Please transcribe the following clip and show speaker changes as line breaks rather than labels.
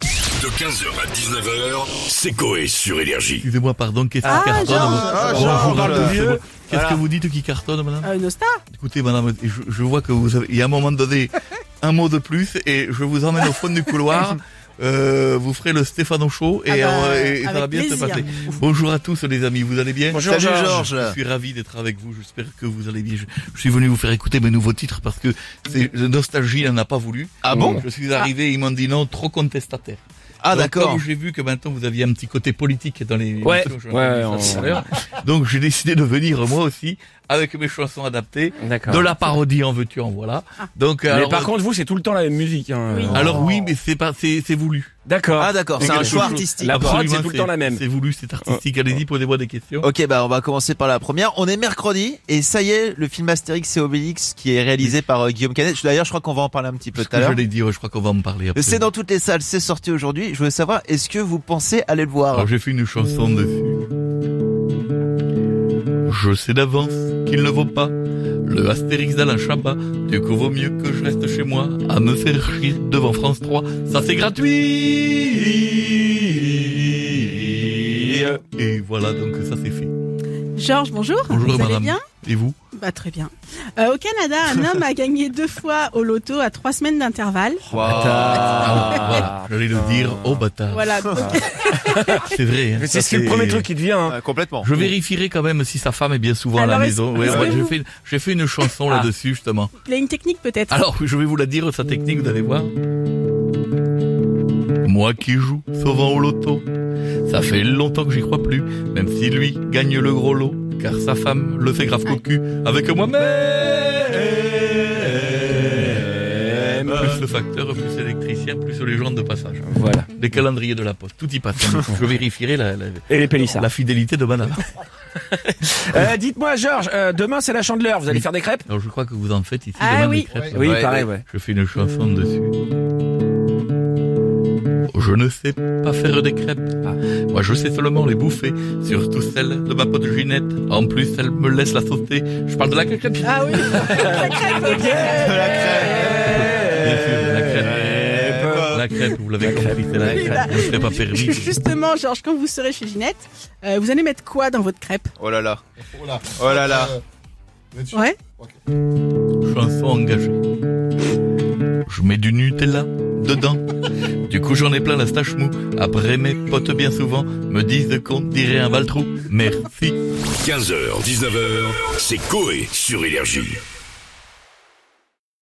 De 15h à 19h, c'est Coé sur Énergie.
Excusez-moi, pardon, qu'est-ce qui cartonne
Jean.
vous-
Ah,
Bonjour, madame,
Jean, voilà.
c'est bon. Qu'est-ce que
Voilà.
vous dites qui cartonne, madame
Euh, Une star
Écoutez, madame, je, je vois que vous avez, il y a un moment donné, un mot de plus et je vous emmène au fond du couloir. Euh, vous ferez le Stéphano Show et,
Ah bah,
euh, et ça
avec
va bien se
plaisir.
passer. Bonjour à tous les amis, vous allez bien
Bonjour, Salut, Georges. Georges.
Je suis ravi d'être avec vous, j'espère que vous allez bien. Je, je suis venu vous faire écouter mes nouveaux titres parce que c'est le Nostalgie n'en a pas voulu.
Ah bon
Je suis arrivé, ils m'ont dit non, trop contestataire.
Ah
Donc,
d'accord.
comme J'ai vu que maintenant vous aviez un petit côté politique dans les.
Ouais.
émissions, je
Ouais,
l'ai dit ça
on-
tout à l'heure. Donc j'ai décidé de venir moi aussi avec mes chansons adaptées,
D'accord.
de la parodie en veux-tu en voilà. Donc
Mais
alors,
par contre, vous, c'est tout le temps la même musique. Hein.
Oui.
Euh, alors oui, mais c'est pas c'est c'est voulu.
D'accord.
Ah d'accord, c'est
Quelque
un choix
chose.
artistique.
La
Absolument,
prod, c'est tout le temps la même. Oh.
C'est voulu, c'est artistique. Allez-y, posez-moi des questions.
Ok, bah on va commencer par la première. On est mercredi et ça y est, le film Astérix et Obélix qui est réalisé par euh, Guillaume Canet. Je- D'ailleurs, je crois qu'on va en parler un petit peu
Parce
tout à
que je
l'heure.
l'ai dit, ouais, je crois qu'on va en parler. Après.
C'est dans toutes les salles, c'est sorti aujourd'hui. Je voulais savoir, est-ce que vous pensez aller le
Ah.
voir
Alors j'ai fait une chanson dessus. Je sais d'avance qu'il ne vaut pas le Astérix d'Alain Chabat. Du coup, vaut mieux que je reste chez moi à me faire chier devant France 3. Ça, c'est gratuit Et voilà, donc ça, c'est fait.
Georges, bonjour.
Bonjour,
Ah, Vous allez
madame.
bien
Et vous
Bah très bien. Euh, au Canada, un homme a gagné deux fois au loto à trois semaines d'intervalle.
Ah. Voilà, j'allais le dire au bâtard.
Voilà. donc-
C'est vrai. hein,
Mais
ça,
c'est c'est le premier truc qui te vient. hein.
complètement.
Je vérifierai quand même si sa femme est bien souvent à la
Alors,
maison. Ouais,
est-ce
ouais,
que
j'ai
vous-
fait, j'ai fait une chanson
Ah.
là-dessus, justement.
Il a une technique peut-être.
Alors, je vais vous la dire, sa technique, vous allez voir. Moi qui joue souvent au loto, ça fait longtemps que j'y crois plus, même si lui gagne le gros lot, car sa femme le fait grave cocu avec moi-même. Plus le facteur, plus l'électricien, plus les gens de passage.
Voilà.
Les calendriers de la poste, tout y passe. Je vérifierai la, la,
Et les pélissards.
la fidélité de madame.
Euh, Dites-moi, Georges, euh, demain c'est la chandeleur. Vous allez faire des crêpes
Alors je crois que vous en faites ici.
Ah
demain, des
oui.
crêpes.
Oui,
Ouais,
pareil,
ouais.
ouais.
Je fais une chanson dessus. Je ne sais pas faire des crêpes. Ah, Moi, je sais seulement les bouffer. Surtout celle de ma pote Ginette. En plus, elle me laisse la sauter. Je parle de la crêpe.
Ah oui. La crêpe, la crêpe.
Bien sûr, la crêpe. La crêpe, vous l'avez compris, c'est eh, la
Oui, bah,
crêpe. Je ne serais pas
ju-
permis.
Justement, Georges, quand vous serez chez Ginette, euh, vous allez mettre quoi dans votre crêpe
Oh là là.
Oh là.
Oh là là.
Ouais.
Chanson engagée. Je mets du Nutella dedans. Du coup, j'en ai plein la stache mou. Après, mes potes, bien souvent, me disent qu'on dirait un baltrou. Merci.
15h, 19h, c'est Coé sur Énergie.